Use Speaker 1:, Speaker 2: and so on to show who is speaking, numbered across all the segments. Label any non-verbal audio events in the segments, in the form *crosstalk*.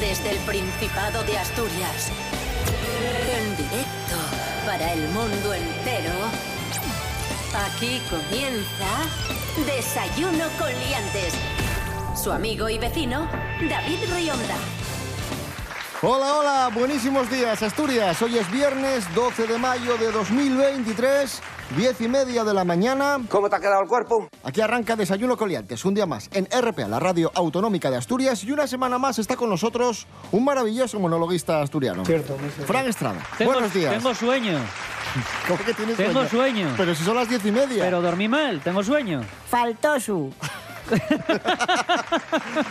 Speaker 1: Desde el Principado de Asturias. En directo para el mundo entero. Aquí comienza Desayuno con Liantes. Su amigo y vecino, David Rionda.
Speaker 2: Hola, hola, buenísimos días, Asturias. Hoy es viernes 12 de mayo de 2023, 10 y media de la mañana.
Speaker 3: ¿Cómo te ha quedado el cuerpo?
Speaker 2: Aquí arranca Desayuno Coliantes, un día más en RPA, la radio autonómica de Asturias, y una semana más está con nosotros un maravilloso monologuista asturiano.
Speaker 4: Cierto, muy cierto.
Speaker 2: Frank Estrada.
Speaker 5: Tengo-
Speaker 2: Buenos días.
Speaker 5: Tengo sueño,
Speaker 2: *laughs* ¿Cómo que tienes
Speaker 5: tengo sueño.
Speaker 2: Pero si son las diez y media. Ah,
Speaker 5: pero dormí mal, tengo sueño.
Speaker 6: Faltosu.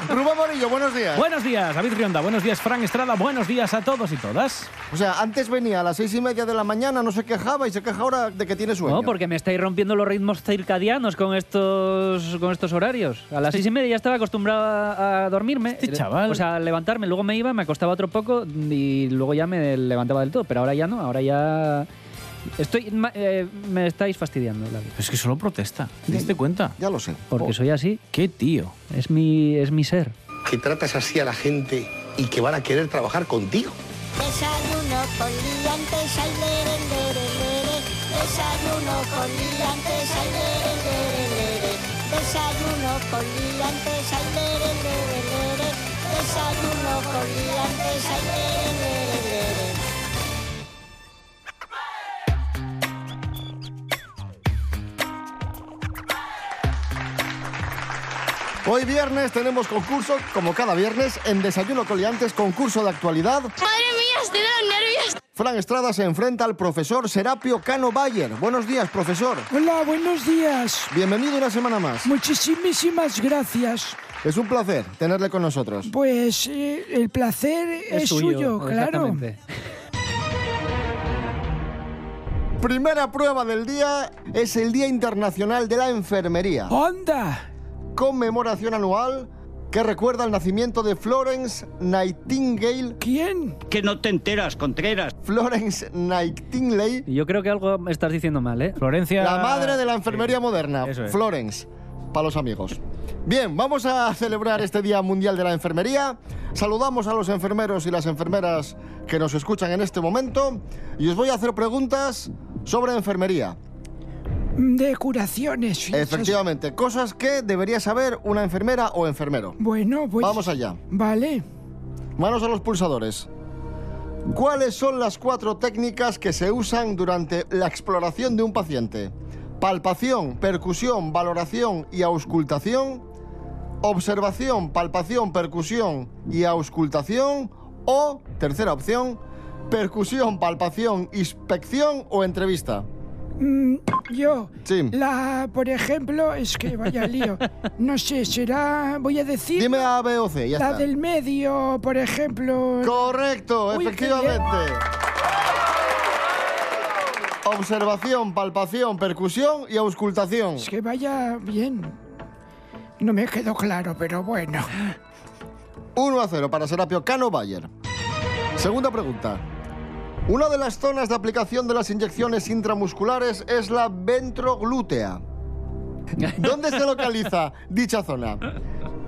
Speaker 2: Rubén Morillo, buenos días.
Speaker 7: Buenos días, David Rionda. Buenos días, Fran Estrada. Buenos días a todos y todas.
Speaker 2: O sea, antes venía a las seis y media de la mañana, no se quejaba y se queja ahora de que tiene sueño.
Speaker 5: No, porque me estáis rompiendo los ritmos circadianos con estos, con estos horarios. A las seis y media ya estaba acostumbrado a a dormirme.
Speaker 7: Este chaval.
Speaker 5: O sea, a levantarme, luego me iba, me acostaba otro poco y luego ya me levantaba del todo. Pero ahora ya no, ahora ya... Estoy, ma- eh, me estáis fastidiando la vida.
Speaker 7: Es que solo protesta. ¿Te diste cuenta?
Speaker 2: Ya lo sé.
Speaker 5: Porque soy así,
Speaker 7: ¿Qué tío?
Speaker 5: es mi, es mi ser.
Speaker 8: que tratas así a la gente y que van a querer trabajar contigo.
Speaker 9: Desayuno con liantes, ay, lere, lere, lere. Desayuno con liantes, ay, lere, lere, lere. Desayuno con liantes, ay, lere, lere, lere. Desayuno con liantes, ay, lere, lere, lere.
Speaker 2: Hoy viernes tenemos concurso, como cada viernes, en Desayuno Coliantes, concurso de actualidad.
Speaker 9: Madre mía, estoy de los nervios.
Speaker 2: Fran Estrada se enfrenta al profesor Serapio Cano Bayer. Buenos días, profesor.
Speaker 4: Hola, buenos días.
Speaker 2: Bienvenido una semana más.
Speaker 4: Muchísimas gracias.
Speaker 2: Es un placer tenerle con nosotros.
Speaker 4: Pues eh, el placer es, suyo, claro.
Speaker 5: exactamente.
Speaker 2: Primera prueba del día es el Día Internacional de la Enfermería,
Speaker 4: ¡Onda!
Speaker 2: conmemoración anual que recuerda el nacimiento de Florence Nightingale,
Speaker 4: ¿Quién?
Speaker 10: que no te enteras, Contreras.
Speaker 2: Florence Nightingale,
Speaker 5: Yo creo que algo me estás diciendo mal, ¿eh?
Speaker 7: Florencia.
Speaker 2: La madre de la enfermería
Speaker 7: Sí.
Speaker 2: moderna,
Speaker 7: Eso es.
Speaker 2: Florence, para los amigos. Bien, vamos a celebrar este Día Mundial de la Enfermería. Saludamos a los enfermeros y las enfermeras que nos escuchan en este momento y os voy a hacer preguntas sobre enfermería.
Speaker 4: De curaciones. y esas-
Speaker 2: Efectivamente, cosas que debería saber una enfermera o enfermero.
Speaker 4: Bueno, pues...
Speaker 2: Vamos allá.
Speaker 4: Vale.
Speaker 2: Manos a los pulsadores. ¿Cuáles son las cuatro técnicas que se usan durante la exploración de un paciente? Palpación, percusión, valoración y auscultación. Observación, palpación, percusión y auscultación. O, tercera opción, percusión, palpación, inspección o entrevista.
Speaker 4: Mm, yo,
Speaker 2: Sí.
Speaker 4: la, por ejemplo, es que vaya lío. No sé, será, voy a decir,
Speaker 2: Dime A, B o C, ya
Speaker 4: la
Speaker 2: está.
Speaker 4: del medio, por ejemplo.
Speaker 2: Correcto,
Speaker 4: Uy, qué
Speaker 2: efectivamente. Observación, palpación, percusión y auscultación.
Speaker 4: Es que vaya bien. No me quedó claro, pero bueno.
Speaker 2: 1 a 0 para Serapio Cano Bayer. Segunda pregunta. Una de las zonas de aplicación de las inyecciones intramusculares es la ventroglútea. ¿Dónde se localiza dicha zona?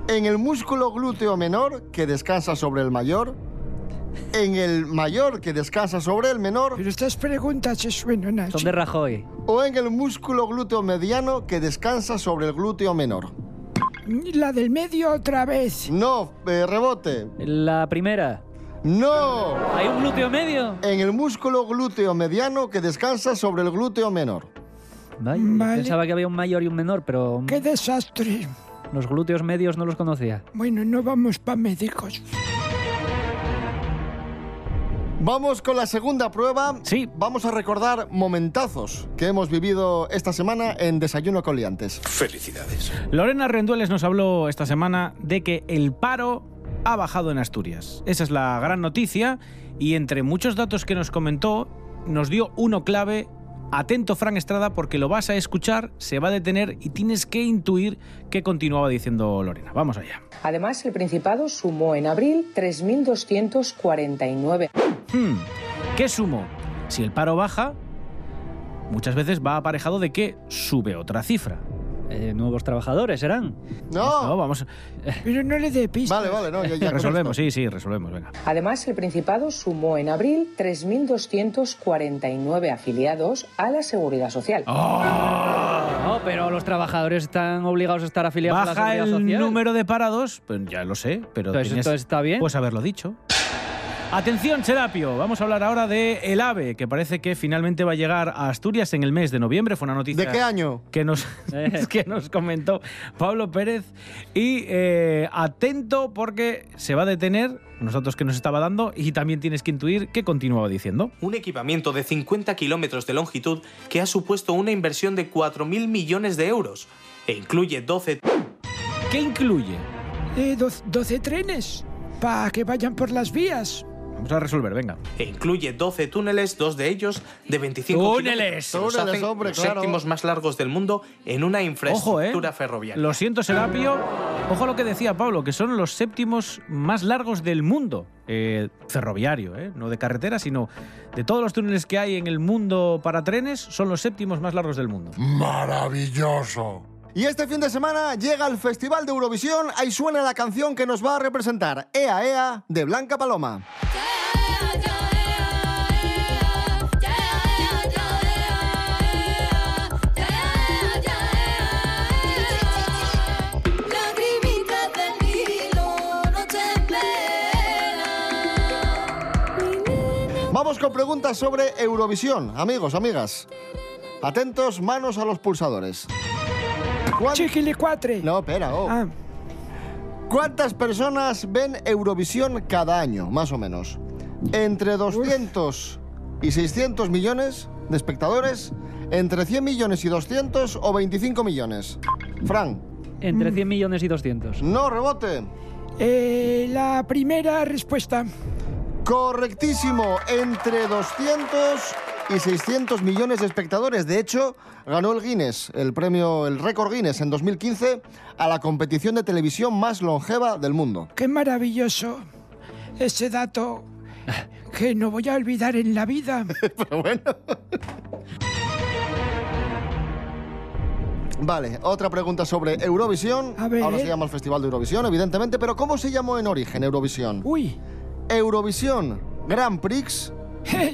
Speaker 2: ¿En el músculo glúteo menor que descansa sobre el mayor? ¿En el mayor que descansa sobre el menor?
Speaker 4: Pero estas preguntas se suenan a...
Speaker 5: Son de Rajoy.
Speaker 2: ¿O en el músculo glúteo mediano que descansa sobre el glúteo menor?
Speaker 4: La del medio otra vez.
Speaker 2: No, eh, rebote.
Speaker 5: La primera.
Speaker 2: No.
Speaker 5: ¿Hay un glúteo medio?
Speaker 2: en el músculo glúteo mediano que descansa sobre el glúteo menor.
Speaker 5: Vaya,
Speaker 4: Vale.
Speaker 5: Pensaba que había un mayor y un menor, pero
Speaker 4: ¡Qué desastre!
Speaker 5: los glúteos medios no los conocía.
Speaker 4: Bueno, no vamos pa' médicos.
Speaker 2: Vamos con la segunda prueba.
Speaker 7: Sí.
Speaker 2: Vamos a recordar momentazos que hemos vivido esta semana en Desayuno con Liantes.
Speaker 8: Felicidades.
Speaker 7: Lorena Rendueles nos habló esta semana de que el paro ha bajado en Asturias. Esa es la gran noticia y entre muchos datos que nos comentó, nos dio uno clave. Atento, Fran Estrada, porque lo vas a escuchar, se va a detener y tienes que intuir que continuaba diciendo Lorena. Vamos allá.
Speaker 6: Además, el Principado sumó en abril 3.249.
Speaker 7: Hmm, ¿Qué sumo? Si el paro baja, muchas veces va aparejado de que sube otra cifra.
Speaker 5: eh, nuevos trabajadores serán. Pues
Speaker 7: No, vamos.
Speaker 4: Pero no le dé pistas.
Speaker 2: Vale, vale, no, ya,
Speaker 5: *laughs*
Speaker 2: ya.
Speaker 7: Resolvemos, sí, sí, resolvemos, venga.
Speaker 6: Además, el Principado sumó en abril 3.249 afiliados a la Seguridad Social.
Speaker 5: No, pero los trabajadores están obligados a estar afiliados a la
Speaker 7: Baja
Speaker 5: seguridad
Speaker 7: el
Speaker 5: social.
Speaker 7: número de parados, pues ya lo sé, pero
Speaker 5: Entonces,
Speaker 7: tienes-
Speaker 5: esto está bien.
Speaker 7: Puedes haberlo dicho. Atención, Serapio. Vamos a hablar ahora de el AVE, que parece que finalmente va a llegar a Asturias en el mes de noviembre. Fue una noticia.
Speaker 2: ¿De qué año?
Speaker 7: que nos, *laughs*
Speaker 5: Eh.
Speaker 7: que nos comentó Pablo Pérez. Y eh, atento porque se va a detener los datos que nos estaba dando y también tienes que intuir que continuaba diciendo.
Speaker 3: Un equipamiento de 50 kilómetros de longitud que ha supuesto una inversión de 4.000 millones de euros e incluye 12
Speaker 7: ¿Qué incluye?
Speaker 4: Eh, doce- 12 trenes para que vayan por las vías.
Speaker 7: Vamos a resolver, venga.
Speaker 3: e incluye 12 túneles, dos de ellos de 25
Speaker 7: Túneles,
Speaker 3: kilómetros, que los
Speaker 2: túneles,
Speaker 3: hacen
Speaker 2: hombre,
Speaker 3: los
Speaker 2: claro.
Speaker 3: séptimos más largos del mundo en una
Speaker 7: Ojo, eh.
Speaker 3: infraestructura ferroviaria.
Speaker 7: Lo siento, Serapio. Ojo a lo que decía Pablo, que son los séptimos más largos del mundo. Eh, ferroviario, ¿eh? No de carretera, sino de todos los túneles que hay en el mundo para trenes, son los séptimos más largos del mundo.
Speaker 8: Maravilloso.
Speaker 2: Y este fin de semana llega el Festival de Eurovisión, ahí suena la canción que nos va a representar, Ea Ea, de Blanca Paloma.
Speaker 9: Lagrimitas del Nilo, noche en
Speaker 2: Vamos con preguntas sobre Eurovisión, amigos, amigas. Atentos, manos a los pulsadores. ¿Cuán-
Speaker 4: Chiquile cuatre.
Speaker 2: No, espera, oh.
Speaker 4: Ah,
Speaker 2: ¿Cuántas personas ven Eurovisión cada año, más o menos? Entre 200 y 600 millones de espectadores, entre 100 millones y 200 o 25 millones. Fran,
Speaker 4: Mm.
Speaker 5: Entre 100 millones y 200.
Speaker 2: no rebote.
Speaker 4: eh, la primera respuesta.
Speaker 2: Correctísimo, entre 200 y 600 millones de espectadores. De hecho, ganó el Guinness, el premio, el récord Guinness en 2015 a la competición de televisión más longeva del mundo.
Speaker 4: Qué maravilloso ese dato que no voy a olvidar en la vida.
Speaker 2: *laughs* Pero bueno. Vale, otra pregunta sobre Eurovisión.
Speaker 4: A ver.
Speaker 2: Ahora se llama el Festival de Eurovisión, evidentemente, pero ¿cómo se llamó en origen Eurovisión?
Speaker 4: Uy,
Speaker 2: Eurovisión Grand
Speaker 4: *laughs*
Speaker 2: Prix,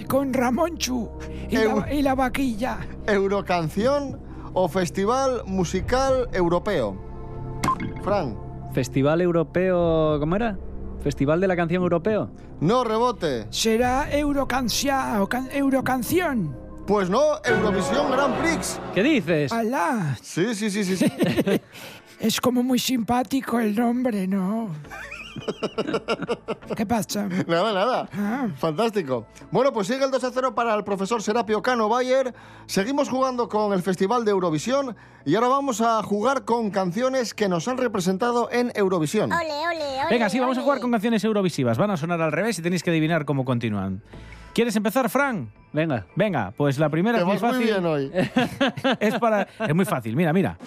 Speaker 4: con Ramón Chu y, la, y la vaquilla.
Speaker 2: Eurocanción o Festival Musical Europeo. Fran,
Speaker 5: Festival Europeo. ¿Cómo era? Festival de la Canción Europeo.
Speaker 2: no rebote.
Speaker 4: ¿Será Eurocancia o can- Eurocanción?
Speaker 2: Pues no, Eurovisión Grand Prix.
Speaker 5: ¿Qué dices?
Speaker 4: ¡Alá!
Speaker 2: Sí, sí, sí, sí.
Speaker 4: *laughs*
Speaker 2: sí.
Speaker 4: Es como muy simpático el nombre, ¿no? ¿Qué pasa?
Speaker 2: *laughs* Nada, nada.
Speaker 4: Ah.
Speaker 2: Fantástico. Bueno, pues sigue el 2 a 0 para el profesor Serapio Cano Bayer. Seguimos jugando con el Festival de Eurovisión y ahora vamos a jugar con canciones que nos han representado en Eurovisión.
Speaker 9: Ole, ole, ole.
Speaker 7: Venga, sí, vamos a
Speaker 9: ole.
Speaker 7: jugar con canciones eurovisivas. Van a sonar al revés y tenéis que adivinar cómo continúan. ¿Quieres empezar, Fran?
Speaker 5: Venga.
Speaker 7: Venga, pues la primera
Speaker 2: Te
Speaker 7: es muy
Speaker 2: vas muy
Speaker 7: fácil.
Speaker 2: bien hoy.
Speaker 7: *laughs* es para es muy fácil. Mira, mira.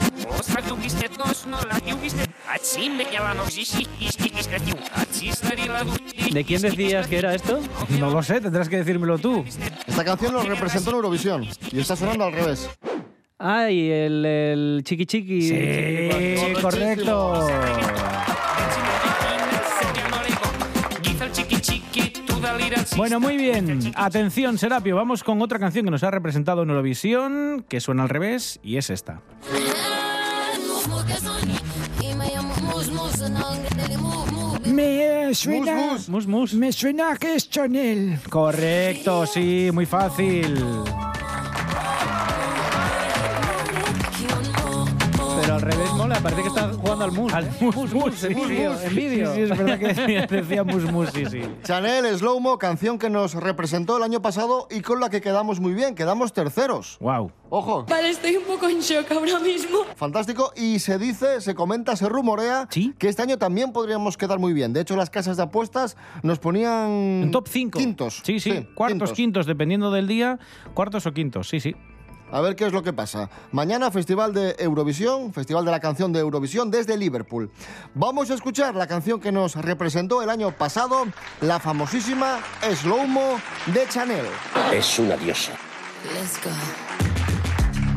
Speaker 5: ¿De quién decías que era esto?
Speaker 7: No lo sé, tendrás que decírmelo tú.
Speaker 2: Esta canción nos representó en Eurovisión y está sonando al revés.
Speaker 5: Ay, el, el chiqui chiqui.
Speaker 7: Sí, correcto. Bueno, muy bien. Atención, Serapio, vamos con otra canción que nos ha representado en Eurovisión, que suena al revés y es esta.
Speaker 4: Me eh, suena...
Speaker 2: Mus,
Speaker 5: Mus mus.
Speaker 4: Me suena que es Chonel.
Speaker 7: Correcto, sí, muy fácil.
Speaker 5: Pero al revés mola, parece que está jugando al mus.
Speaker 7: Al mus, mus, sí,
Speaker 5: en vídeo,
Speaker 7: mus.
Speaker 5: en vídeo.
Speaker 7: Sí, sí, es
Speaker 5: *laughs*
Speaker 7: verdad que decía, decía mus, mus, sí, sí.
Speaker 2: Chanel Slow Mo, canción que nos representó el año pasado y con la que quedamos muy bien, quedamos terceros.
Speaker 7: Wow.
Speaker 2: Ojo,
Speaker 9: Vale, estoy un poco en shock ahora mismo.
Speaker 2: fantástico. Y se dice, se comenta, se rumorea
Speaker 7: Sí.
Speaker 2: que este año también podríamos quedar muy bien. De hecho, las casas de apuestas nos ponían...
Speaker 7: En top 5.
Speaker 2: Quintos.
Speaker 7: Sí, sí. cuartos, quintos.
Speaker 2: quintos.
Speaker 7: dependiendo del día. Cuartos o quintos, sí, sí.
Speaker 2: A ver qué es lo que pasa. Mañana Festival de Eurovisión, Festival de la Canción de Eurovisión desde Liverpool. Vamos a escuchar la canción que nos representó el año pasado, la famosísima Slow Mo de Chanel.
Speaker 8: Es una diosa.
Speaker 9: Let's go.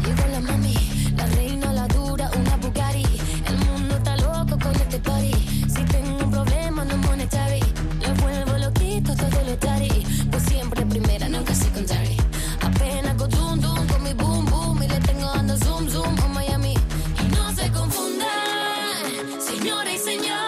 Speaker 9: Llegó la mami, la reina, la dura, una este Pues oh,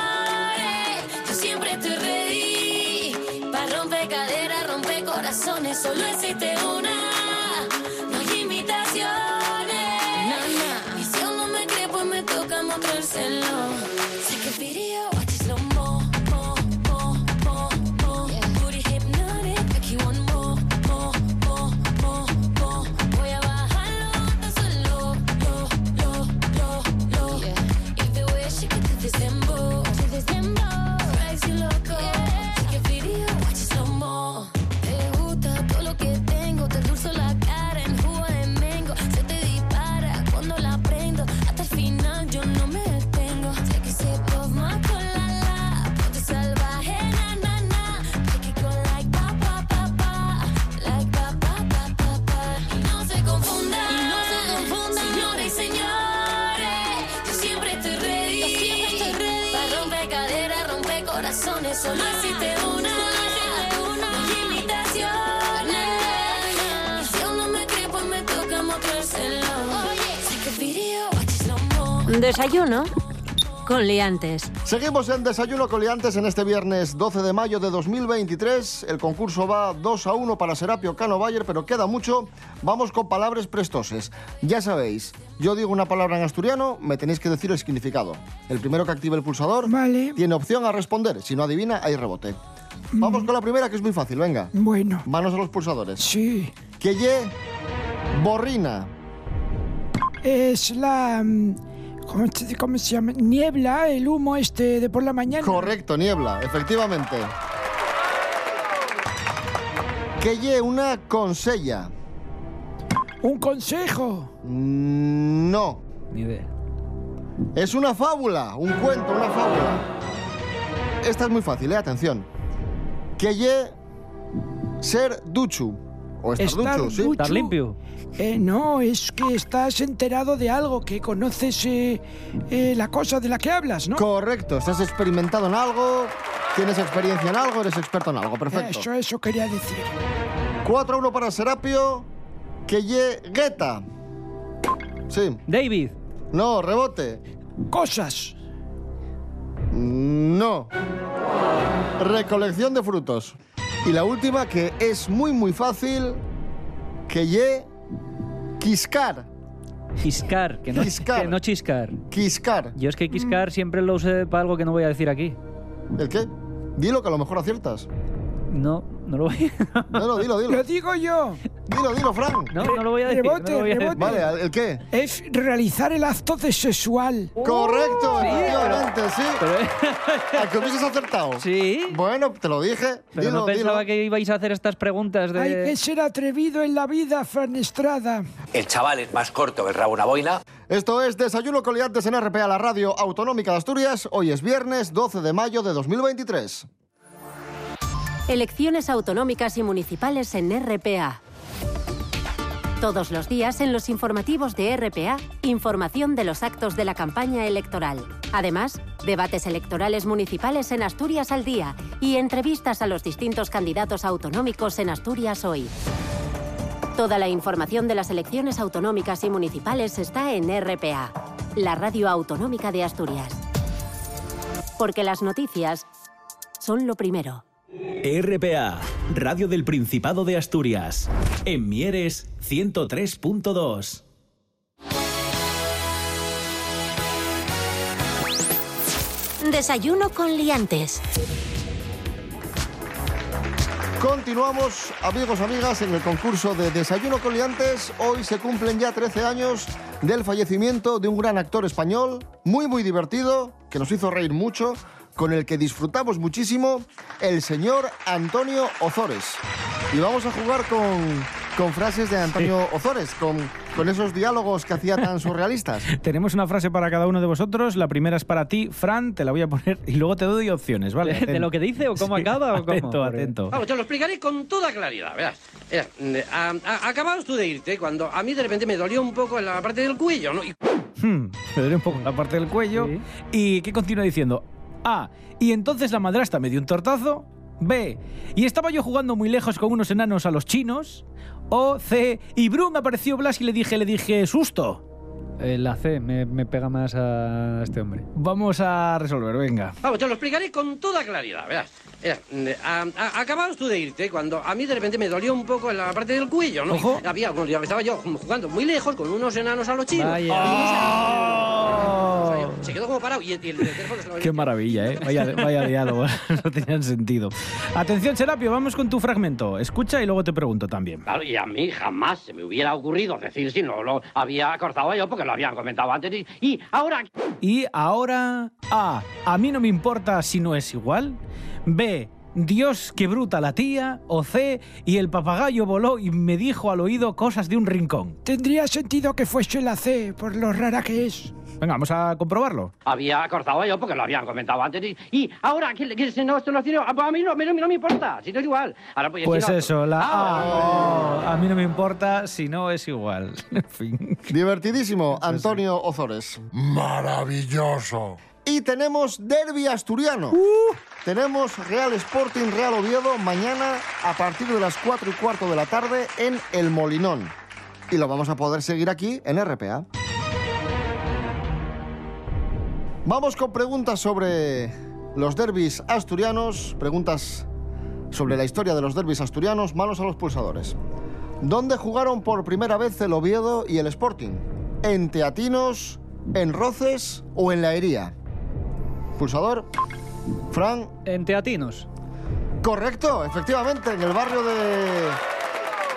Speaker 9: Ah.
Speaker 1: Desayuno con liantes.
Speaker 2: Seguimos en Desayuno con Liantes en este viernes 12 de mayo de 2023. El concurso va 2 a 1 para Serapio Cano Bayer, pero queda mucho. Vamos con palabras prestoses. Ya sabéis, yo digo una palabra en asturiano, me tenéis que decir el significado. El primero que active el pulsador
Speaker 4: Vale. Mm.
Speaker 2: tiene opción a responder. Si no adivina, hay rebote. Vamos con la primera, que es muy fácil, venga.
Speaker 4: Bueno,
Speaker 2: Manos a los pulsadores.
Speaker 4: sí.
Speaker 2: Que ye borrina.
Speaker 4: Es la... mm, ¿Cómo, se- cómo se llama? Niebla, el humo este de por la mañana.
Speaker 2: Correcto, niebla, efectivamente. Que lle una consella.
Speaker 4: Un consejo.
Speaker 2: Mm, No,
Speaker 5: Ni idea.
Speaker 2: es una fábula, un cuento, una fábula. Esta es muy fácil, eh, atención. Que lle ser duchu. O estar,
Speaker 4: Estar
Speaker 2: duchu, sí.
Speaker 4: duchu.
Speaker 5: ¿Estar limpio?
Speaker 4: Eh, no, es que estás enterado de algo, que conoces eh, eh, la cosa de la que hablas, ¿no?
Speaker 2: Correcto, estás experimentado en algo, tienes experiencia en algo, eres experto en algo, perfecto.
Speaker 4: Eso, eso quería decir.
Speaker 2: 4-1 para Serapio, que lle gueta. Sí,
Speaker 5: David,
Speaker 2: no, rebote.
Speaker 4: Cosas.
Speaker 2: No. Recolección de frutos. Y la última, que es muy, muy fácil, que ye... Quiscar.
Speaker 5: Giscar, que no,
Speaker 2: Giscar.
Speaker 5: que no chiscar.
Speaker 2: Quiscar.
Speaker 5: Yo es que quiscar siempre lo usé para algo que no voy a decir aquí.
Speaker 2: ¿El qué? Dilo, que a lo mejor aciertas.
Speaker 5: No, no lo voy a...
Speaker 2: *laughs* Dilo, dilo,
Speaker 4: Lo
Speaker 2: dilo.
Speaker 4: digo yo.
Speaker 2: Dilo, dilo, Frank.
Speaker 5: No, no lo voy a decir.
Speaker 4: Rebote,
Speaker 5: no lo voy a decir.
Speaker 4: rebote.
Speaker 2: Vale, ¿el qué?
Speaker 4: Es realizar el acto de sexual.
Speaker 2: Correcto, efectivamente, sí. *laughs*
Speaker 5: Pero-
Speaker 2: ¿A que hubieses acertado?
Speaker 5: sí,
Speaker 2: Bueno, te lo dije.
Speaker 5: pero
Speaker 2: dilo,
Speaker 5: no pensaba
Speaker 2: dilo.
Speaker 5: que ibais a hacer estas preguntas de...
Speaker 4: Hay que ser atrevido en la vida, Fran Estrada.
Speaker 11: El chaval es más corto que el rabo una boina.
Speaker 2: Esto es Desayuno Coliantes en RPA, la radio autonómica de Asturias. Hoy es viernes 12 de mayo de 2023.
Speaker 1: Elecciones autonómicas y municipales en RPA. Todos los días en los informativos de RPA, información de los actos de la campaña electoral. Además, debates electorales municipales en Asturias al día y entrevistas a los distintos candidatos autonómicos en Asturias hoy. Toda la información de las elecciones autonómicas y municipales está en RPA, la radio autonómica de Asturias. Porque las noticias son lo primero.
Speaker 12: RPA, Radio del Principado de Asturias. En Mieres 103.2.
Speaker 1: Desayuno con liantes.
Speaker 2: Continuamos, amigos, amigas, en el concurso de Desayuno con Liantes. Hoy se cumplen ya 13 años del fallecimiento de un gran actor español, muy, muy divertido, que nos hizo reír mucho, con el que disfrutamos muchísimo, el señor Antonio Ozores. Y vamos a jugar con, con frases de Antonio Ozores, con, con esos diálogos que hacía tan surrealistas.
Speaker 7: Tenemos una frase para cada uno de vosotros. La primera es para ti, Fran, te la voy a poner y luego te doy opciones, ¿vale?
Speaker 5: *laughs* ¿De- de lo que dice o cómo acaba o cómo?
Speaker 7: Atento,
Speaker 5: Porque-
Speaker 7: atento.
Speaker 11: Vamos, te lo explicaré con toda claridad, verás. Verás, mm, a- a- acababas tú de irte cuando a mí de repente me dolió un poco en la parte del cuello, ¿no? Y
Speaker 7: Hmm, me duele un poco la parte del cuello.
Speaker 5: Sí.
Speaker 7: ¿Y qué continúa diciendo? A. Y entonces la madrastra me dio un tortazo. B. Y estaba yo jugando muy lejos con unos enanos a los chinos. O C. Y Brun apareció Blas y le dije, le dije, susto.
Speaker 5: Eh, la C me, me pega más a este hombre.
Speaker 7: Vamos a resolver, venga.
Speaker 11: Vamos, te lo explicaré con toda claridad, verás. verás, mm, a- a- acababas tú de irte cuando a mí de repente me dolió un poco en la parte del cuello, ¿no? Y
Speaker 7: Ojo.
Speaker 11: Había, bueno, ya estaba yo jugando muy lejos con unos enanos a los chinos.
Speaker 5: Vaya.
Speaker 11: O sea, yo- se quedó como parado y el, y el teléfono se lo
Speaker 7: Qué maravilla, ¿eh? *laughs* Vaya, vaya diálogo, no tenían sentido. Atención, Serapio, vamos con tu fragmento. Escucha y luego te pregunto también.
Speaker 10: Claro, y a mí jamás se me hubiera ocurrido decir si no lo había acordado yo porque lo habían comentado antes. Y, y ahora...
Speaker 7: Y ahora, A, a mí no me importa si no es igual. B, Dios, qué bruta la tía. O C, y el papagayo voló y me dijo al oído cosas de un rincón.
Speaker 4: Tendría sentido que fuese la C, por lo rara que es.
Speaker 7: Venga, vamos a comprobarlo.
Speaker 10: Había acordado yo porque lo habían comentado antes. Y, y ahora, que, que si no, esto no tiene... A a mí no, a mí no, no me importa, si no es igual. Ahora pues,
Speaker 7: Pues
Speaker 10: si no-
Speaker 7: eso, la A. Oh, a mí no me importa si no es igual. *laughs* En fin.
Speaker 2: Divertidísimo, Antonio Ozores.
Speaker 13: Maravilloso.
Speaker 2: Y tenemos derby asturiano. Tenemos Real Sporting Real Oviedo mañana a partir de las 4 y cuarto de la tarde en El Molinón. Y lo vamos a poder seguir aquí en RPA. Vamos con preguntas sobre los derbis asturianos, preguntas sobre la historia de los derbis asturianos, manos a los pulsadores. ¿Dónde jugaron por primera vez el Oviedo y el Sporting? ¿En Teatinos, en Roces o en La Hería? Pulsador, Fran.
Speaker 5: En Teatinos.
Speaker 2: Correcto, efectivamente, en el barrio de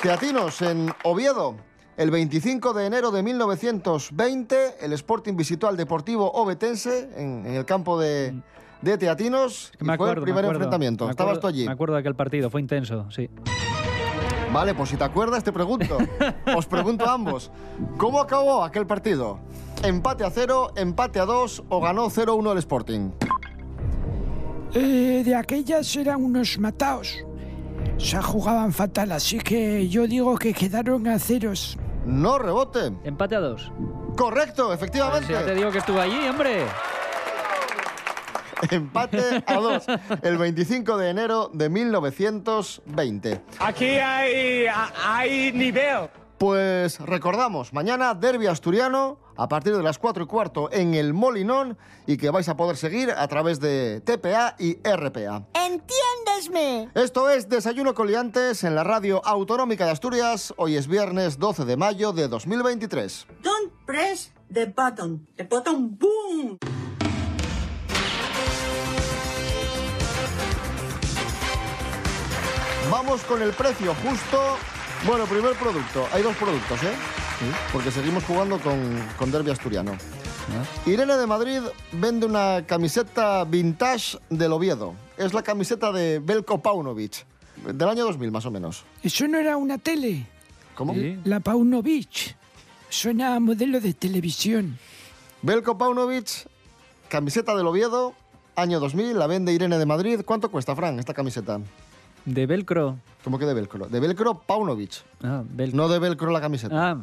Speaker 2: Teatinos, en Oviedo. El 25 de enero de 1920, el Sporting visitó al Deportivo Ovetense en, en el campo de, de Teatinos.
Speaker 5: Que me
Speaker 2: y fue
Speaker 5: acuerdo,
Speaker 2: el
Speaker 5: me
Speaker 2: primer
Speaker 5: acuerdo.
Speaker 2: enfrentamiento.
Speaker 5: Me
Speaker 2: Estabas
Speaker 5: acuerdo-
Speaker 2: tú allí.
Speaker 5: Me acuerdo de aquel partido, fue intenso, sí.
Speaker 2: Vale, pues si te acuerdas te
Speaker 5: *laughs*
Speaker 2: pregunto. Os pregunto a ambos. ¿Cómo acabó aquel partido? ¿Empate a cero, empate a dos o ganó 0-1 el Sporting?
Speaker 4: Eh, de aquellas eran unos mataos. Se jugaban fatal, así que yo digo que quedaron a ceros.
Speaker 2: No rebote.
Speaker 5: Empate a dos.
Speaker 2: Correcto, efectivamente.
Speaker 5: Ya te digo que estuve allí, hombre.
Speaker 2: *laughs* Empate a dos. El 25 de enero de 1920.
Speaker 14: Aquí hay, hay nivel.
Speaker 2: Pues recordamos, mañana Derby Asturiano a partir de las 4 y cuarto en el Molinón y que vais a poder seguir a través de TPA y RPA.
Speaker 9: ¡Entiéndesme!
Speaker 2: Esto es Desayuno con Liantes en la radio autonómica de Asturias. Hoy es viernes 12 de mayo de 2023.
Speaker 15: Don't press the button. The button boom.
Speaker 2: Vamos con el precio justo. Bueno, primer producto. Hay dos productos, ¿eh? Porque seguimos jugando con, con Derby Asturiano. Irene de Madrid vende una camiseta vintage del Oviedo. Es la camiseta de Belko Paunovic, del año 2000 más o menos.
Speaker 4: Eso no era una tele.
Speaker 2: ¿Cómo? Sí.
Speaker 4: La Paunovich. Suena a modelo de televisión.
Speaker 2: Belko Paunovic, camiseta del Oviedo, año 2000, la vende Irene de Madrid. ¿Cuánto cuesta, Fran, esta camiseta?
Speaker 5: De velcro.
Speaker 2: ¿Cómo que de velcro? De velcro Paunovic.
Speaker 5: Ah,
Speaker 2: No de velcro la camiseta.
Speaker 5: Ah.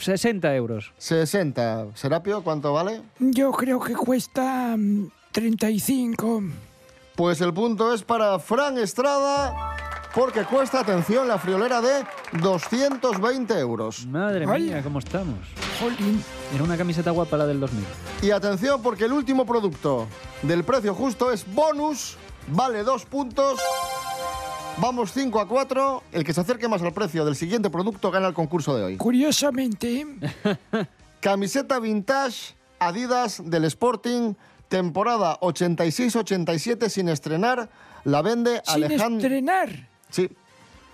Speaker 5: 60 euros.
Speaker 2: 60. Serapio, ¿cuánto vale?
Speaker 4: Yo creo que cuesta mm, 35.
Speaker 2: Pues el punto es para Fran Estrada, porque cuesta, atención, la friolera de 220 euros.
Speaker 5: Madre mía, ¿cómo estamos? Era una camiseta guapa la del 2000.
Speaker 2: Y atención, porque el último producto del precio justo es bonus, vale dos puntos. Vamos 5 a 4. El que se acerque más al precio del siguiente producto gana el concurso de hoy.
Speaker 4: Curiosamente,
Speaker 2: *laughs* Camiseta vintage Adidas del Sporting, temporada 86-87 sin estrenar. La vende
Speaker 4: sin
Speaker 2: Alejandro.
Speaker 4: estrenar.
Speaker 2: Sí,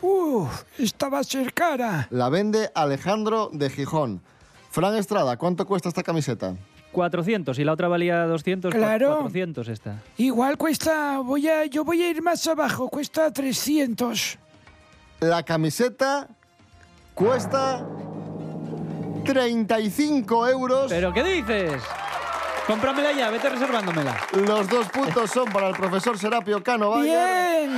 Speaker 4: Uf, esta va a ser cara.
Speaker 2: La vende Alejandro de Gijón. Fran Estrada, ¿cuánto cuesta esta camiseta?
Speaker 5: 400 y la otra valía 200.
Speaker 4: Claro.
Speaker 5: 400 esta.
Speaker 4: Igual cuesta, voy a, yo voy a ir más abajo, cuesta 300.
Speaker 2: La camiseta cuesta 35 euros.
Speaker 5: ¿Pero qué dices? Cómpramela ya, vete reservándomela.
Speaker 2: Los dos puntos son para el profesor Serapio Cano Bayer,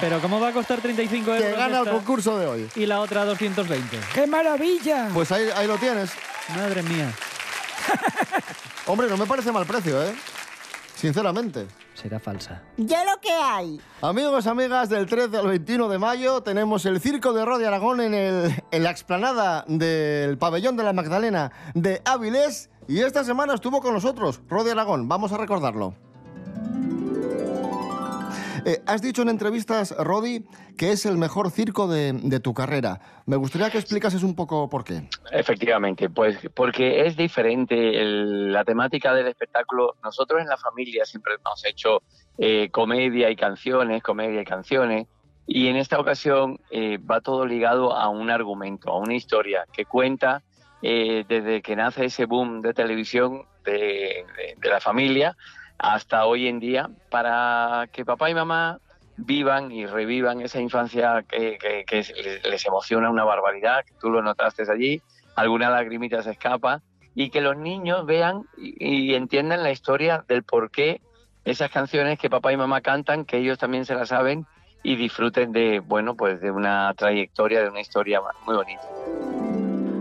Speaker 5: Pero ¿cómo va a costar 35 euros?
Speaker 2: que gana el
Speaker 5: esta
Speaker 2: concurso de hoy.
Speaker 5: Y la otra 220.
Speaker 4: ¡Qué maravilla!
Speaker 2: Pues ahí, ahí lo tienes.
Speaker 5: Madre mía.
Speaker 2: Hombre, no me parece mal precio, ¿eh? Sinceramente.
Speaker 5: Será falsa.
Speaker 9: Ya lo que hay.
Speaker 2: Amigos, amigas, del 13 al 21 de mayo tenemos el Circo de Rode Aragón en, el- en la explanada del Pabellón de la Magdalena de Áviles. Y esta semana estuvo con nosotros Rode Aragón, vamos a recordarlo. Eh, has dicho en entrevistas, Rodi, que es el mejor circo de, de tu carrera. Me gustaría que explicases un poco por qué.
Speaker 16: Efectivamente, pues porque es diferente el- la temática del espectáculo. Nosotros en la familia siempre hemos hecho eh, comedia y canciones, comedia y canciones, y en esta ocasión eh, va todo ligado a un argumento, a una historia que cuenta eh, desde que nace ese boom de televisión de, de- de la familia hasta hoy en día para que papá y mamá vivan y revivan esa infancia que, que- que es- les- les emociona una barbaridad, que tú lo notaste allí, alguna lagrimita se escapa, y que los niños vean y, y entiendan la historia del por qué esas canciones que papá y mamá cantan, que ellos también se las saben, y disfruten de, bueno, pues de una trayectoria, de una historia muy bonita.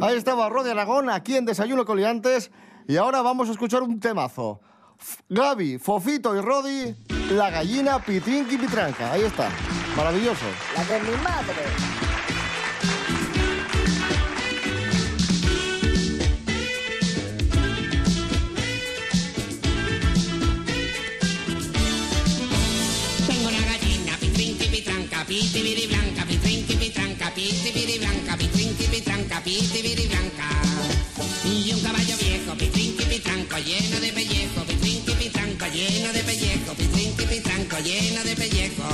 Speaker 2: Ahí estaba Rodi Aragón, aquí en Desayuno Coliantes. Y ahora vamos a escuchar un temazo. F- Gaby, Fofito y Rodi, la gallina pitrinqui pitranca. Ahí está. Maravilloso.
Speaker 9: La de mi madre.
Speaker 17: Tengo una gallina, pitrinqui, pitranca, pitibiri blanca, pitrinqui, pitranca, pitibiri blanca, pitrinqui, pitranca, pitibiri blanca. Y un caballo viejo, pitrinqui, pitranco, lleno de pellejo, pitrinqui, pitranco, lleno de pellejo, pitrinqui, pitranco, lleno de pellejo.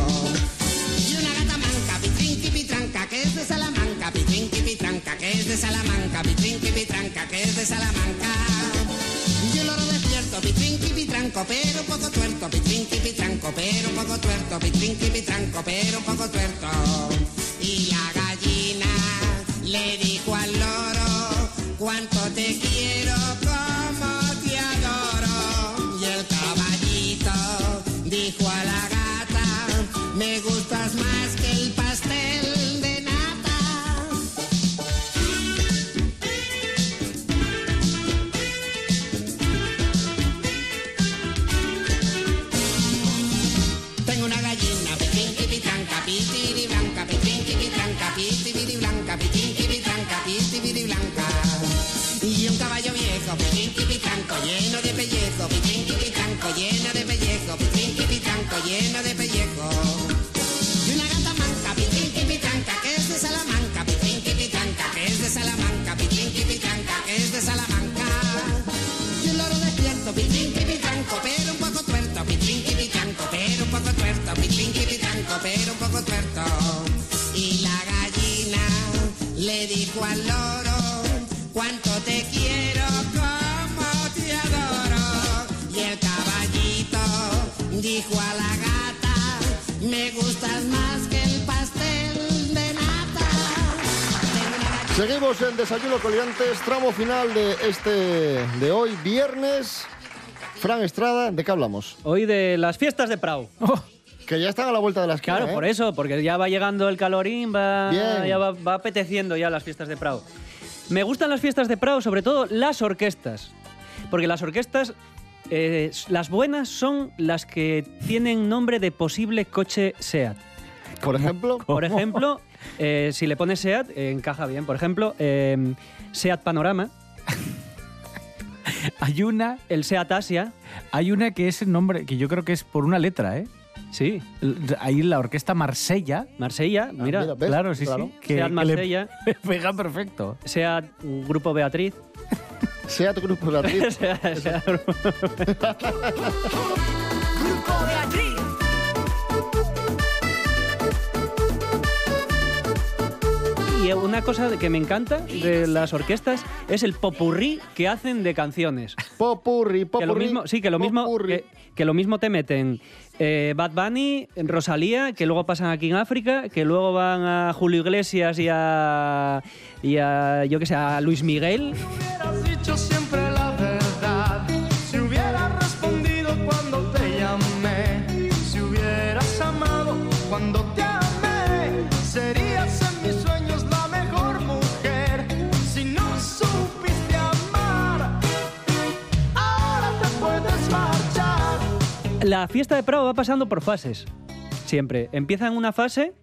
Speaker 17: Y una gata manca, pitrinqui, pitranca, que es de Salamanca, pitrinqui, pitranca, que es de Salamanca, pitrinqui, pitranca, que es de Salamanca. Yo el oro despierto, pitrinqui, pitranco, pero un poco tuerto, pitrinqui, pitranco, pero un poco tuerto, pitrinqui, pitranco, pero un poco tuerto. Y la gallina le dijo al loro, cuánto te quiero, cómo te adoro. Y el caballito dijo a la gata, me gustas más que el pastel de nata. Tengo una gallina, pitrinqui pitranca, pitiri blanca, pitrinqui pitranca, pitiri blanca, pitrinqui pitranca, pitiri blanca. Y un caballo viejo, pitrinqui pitranco, lleno de pellejo, pitrinqui pitranco, lleno de pellejo, pitrinqui pitranco, lleno de pellejo. Y una gata manca, pitrinqui pitranca, que es de Salamanca, pitrinqui pitranca, que es de Salamanca, pitrinqui pitranca, que es de Salamanca. Y el loro despierto, pitrinqui pitranco, pero un poco tuerto, pitrinqui pitranco, pero un poco tuerto, pitrinqui pitranco, pero un poco tuerto. Y la gallina le dijo al loro, cuánto te quiero, cómo te adoro. Y el caballito dijo a la gata, me gustas más que el pastel de nata.
Speaker 2: Seguimos en Desayuno Coliantes, tramo final de este de hoy, viernes. Fran Estrada, ¿de qué hablamos?
Speaker 5: Hoy de las fiestas de Prado.
Speaker 2: que ya están a la vuelta de las esquina.
Speaker 5: Claro,
Speaker 2: ¿eh?
Speaker 5: por eso, porque ya va llegando el calorín, va,
Speaker 2: Bien.
Speaker 5: ya va, va apeteciendo ya las fiestas de Prado. Me gustan las fiestas de Prado, sobre todo las orquestas, porque las orquestas, eh, las buenas son las que tienen nombre de posible coche SEAT.
Speaker 2: Por ejemplo,
Speaker 5: *laughs* Por ejemplo, eh, si le pones SEAT, eh, encaja bien. Por ejemplo, eh, SEAT *laughs* Panorama.
Speaker 7: Hay una.
Speaker 5: El SEAT Asia.
Speaker 7: Hay una que es el nombre, que yo creo que es por una letra, ¿eh?
Speaker 5: Sí.
Speaker 7: Ahí la orquesta Marsella.
Speaker 5: Marsella,
Speaker 2: Ah,
Speaker 5: mira.
Speaker 7: Ah, mira, ¿ves? Claro, sí, sí.
Speaker 5: SEAT
Speaker 7: Que- que
Speaker 5: *laughs*
Speaker 7: le-
Speaker 5: Marsella.
Speaker 7: pega perfecto.
Speaker 5: SEAT Grupo Beatriz.
Speaker 2: SEAT Grupo Beatriz.
Speaker 5: *laughs*
Speaker 9: *laughs*
Speaker 2: *laughs*
Speaker 5: SEAT,
Speaker 9: Grupo Beatriz.
Speaker 5: Y una cosa de- que me encanta de las orquestas es el popurrí que hacen de canciones.
Speaker 2: Popurrí,
Speaker 5: Que lo
Speaker 2: popurrí,
Speaker 5: mismo, sí, que lo mismo, que, que lo mismo te meten eh, Bad Bunny, Rosalía, que luego pasan aquí en África, que luego van a Julio Iglesias y a, y a yo que sé, a Luis Miguel.
Speaker 18: hubieras dicho siempre la verdad, si hubieras respondido cuando te llamé, si hubieras amado cuando te amé, serías en mis sueños la mejor mujer. Si no supiste amar, ahora te puedes marchar.
Speaker 5: La fiesta de Prado va pasando por fases, siempre. Empieza en una fase,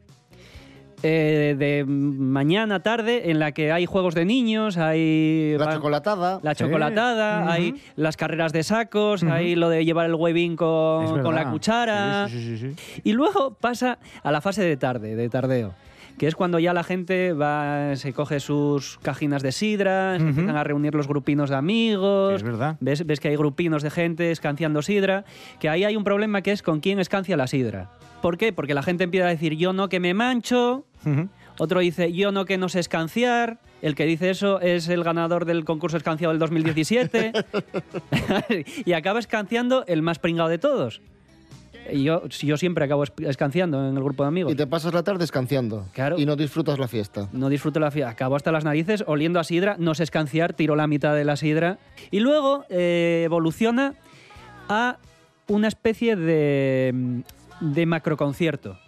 Speaker 5: eh, de mañana, tarde, en la que hay juegos de niños, hay...
Speaker 2: La chocolatada.
Speaker 5: La
Speaker 2: Sí.
Speaker 5: chocolatada,
Speaker 2: Ujú.
Speaker 5: hay las carreras de sacos, hay lo de llevar el huevín
Speaker 7: Es
Speaker 5: con,
Speaker 7: verdad.
Speaker 5: con la cuchara.
Speaker 7: Sí, sí, sí, sí.
Speaker 5: Y luego pasa a la fase de tarde, de tardeo, que es cuando ya la gente va, se coge sus cajinas de sidra, se empiezan a reunir los grupinos de amigos.
Speaker 7: Es verdad.
Speaker 5: ¿Ves, ves que hay grupinos de gente escanciando sidra, que ahí hay un problema que es con quién escancia la sidra. ¿Por qué? Porque la gente empieza a decir yo no que me mancho,
Speaker 7: *laughs* Ujú.
Speaker 5: otro dice yo no que no sé escanciar, el que dice eso es el ganador del concurso escanciado del 2017 *laughs* y acaba escanciando el más pringado de todos. Y Yo, yo siempre acabo esp- escanciando en el grupo de amigos.
Speaker 2: Y te pasas la tarde escanciando.
Speaker 5: Claro.
Speaker 2: Y no disfrutas la fiesta.
Speaker 5: No disfruto la fiesta. Acabo hasta las narices oliendo a sidra, no sé escanciar, tiro la mitad de la sidra. Y luego eh, evoluciona a una especie de, mm, de macroconcierto.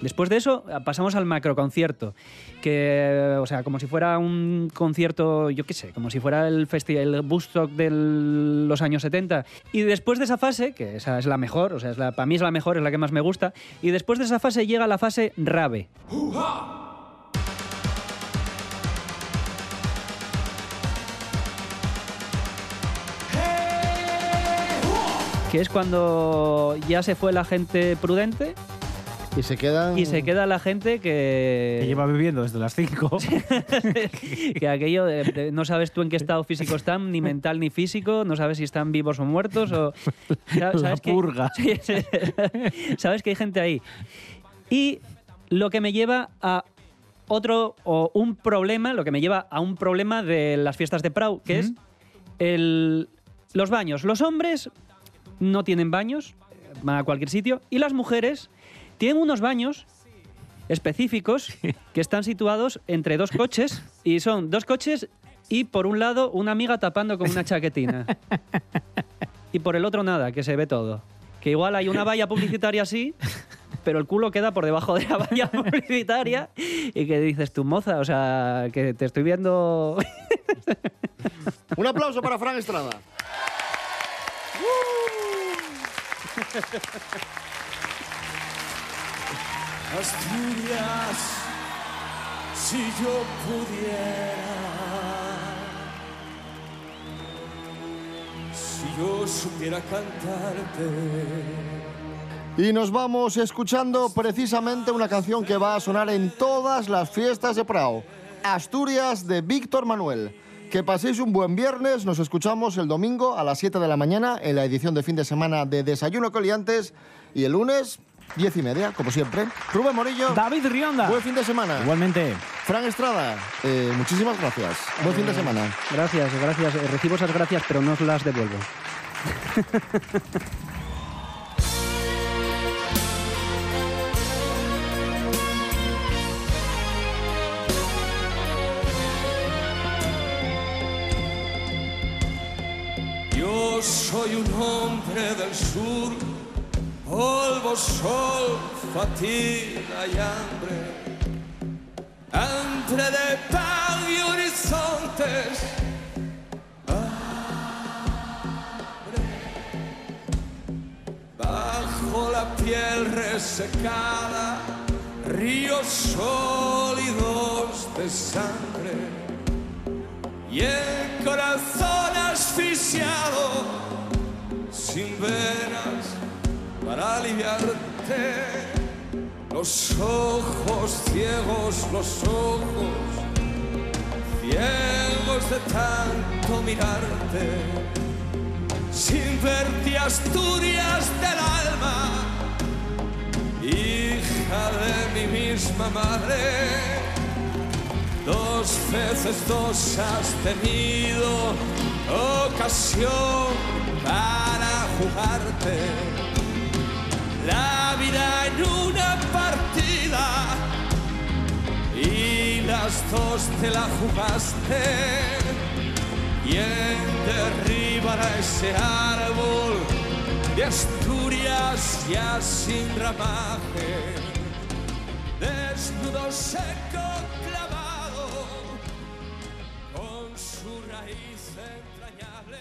Speaker 5: Después de eso eh, pasamos al macroconcierto, que, eh, o sea, como si fuera un concierto, yo qué sé, como si fuera el festival, el Woodstock de los años 70. Y después de esa fase, que esa es la mejor, o sea, es la, para mí es la mejor, es la que más me gusta, y después de esa fase llega la fase rave. que es cuando ya se fue la gente prudente
Speaker 2: Y se quedan.
Speaker 5: y se queda la gente
Speaker 7: Que
Speaker 5: que,
Speaker 7: lleva bebiendo desde las 5.
Speaker 5: *laughs* que aquello de- de no sabes tú en qué estado físico están, ni mental ni físico, no sabes si están vivos o muertos o sa-
Speaker 7: La
Speaker 5: que-
Speaker 7: purga.
Speaker 5: *laughs* Sí, sí. sabes que hay gente ahí. Y lo que me lleva a otro o un problema, lo que me lleva a un problema de las fiestas de Prau, que es el- los baños. Los hombres no tienen baños, eh, van a cualquier sitio, y las mujeres tienen unos baños específicos que están situados entre dos coches y son dos coches y por un lado una amiga tapando con una chaquetina y por el otro nada, que se ve todo. Que igual hay una valla publicitaria así, pero el culo queda por debajo de la
Speaker 7: *laughs*
Speaker 5: valla publicitaria y que dices tú, moza, o sea, que te estoy viendo...
Speaker 2: Un aplauso para Fran Estrada.
Speaker 18: Asturias, si yo pudiera, si yo supiera cantarte.
Speaker 2: Y nos vamos escuchando precisamente una canción que va a sonar en todas las fiestas de Prado. Asturias de Víctor Manuel. Que paséis un buen viernes, nos escuchamos el domingo a las 7 de la mañana en la edición de fin de semana de Desayuno Coliantes y el lunes 10 y media, como siempre. Rubén Morillo.
Speaker 7: David Rionda.
Speaker 2: Buen fin de semana.
Speaker 7: Igualmente. Eh.
Speaker 2: Fran Estrada, eh, muchísimas gracias. Buen fin de semana.
Speaker 5: Gracias, gracias. Eh, Recibo esas gracias, pero no os las
Speaker 2: *laughs*
Speaker 5: devuelvo.
Speaker 18: Yo soy un hombre del sur, polvo, sol, fatiga y hambre. Entre de pan y horizontes. Hambre. Bajo la piel resecada, ríos sólidos de sangre y el corazón asfixiado sin venas para aliviarte los ojos ciegos los ojos ciegos de tanto mirarte sin verte Asturias del alma hija de mi misma madre Dos veces dos has tenido ocasión para jugarte la vida en una partida y las dos te la jugaste. ¿Quién derribará ese árbol de Asturias ya sin ramaje? desnudo seco clavado con su raíz entrañable.